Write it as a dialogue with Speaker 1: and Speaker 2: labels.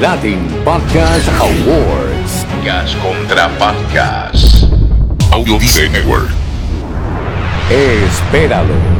Speaker 1: Latin Podcast Awards.
Speaker 2: Podcast contra podcast. Audio Network.
Speaker 1: Espéralo.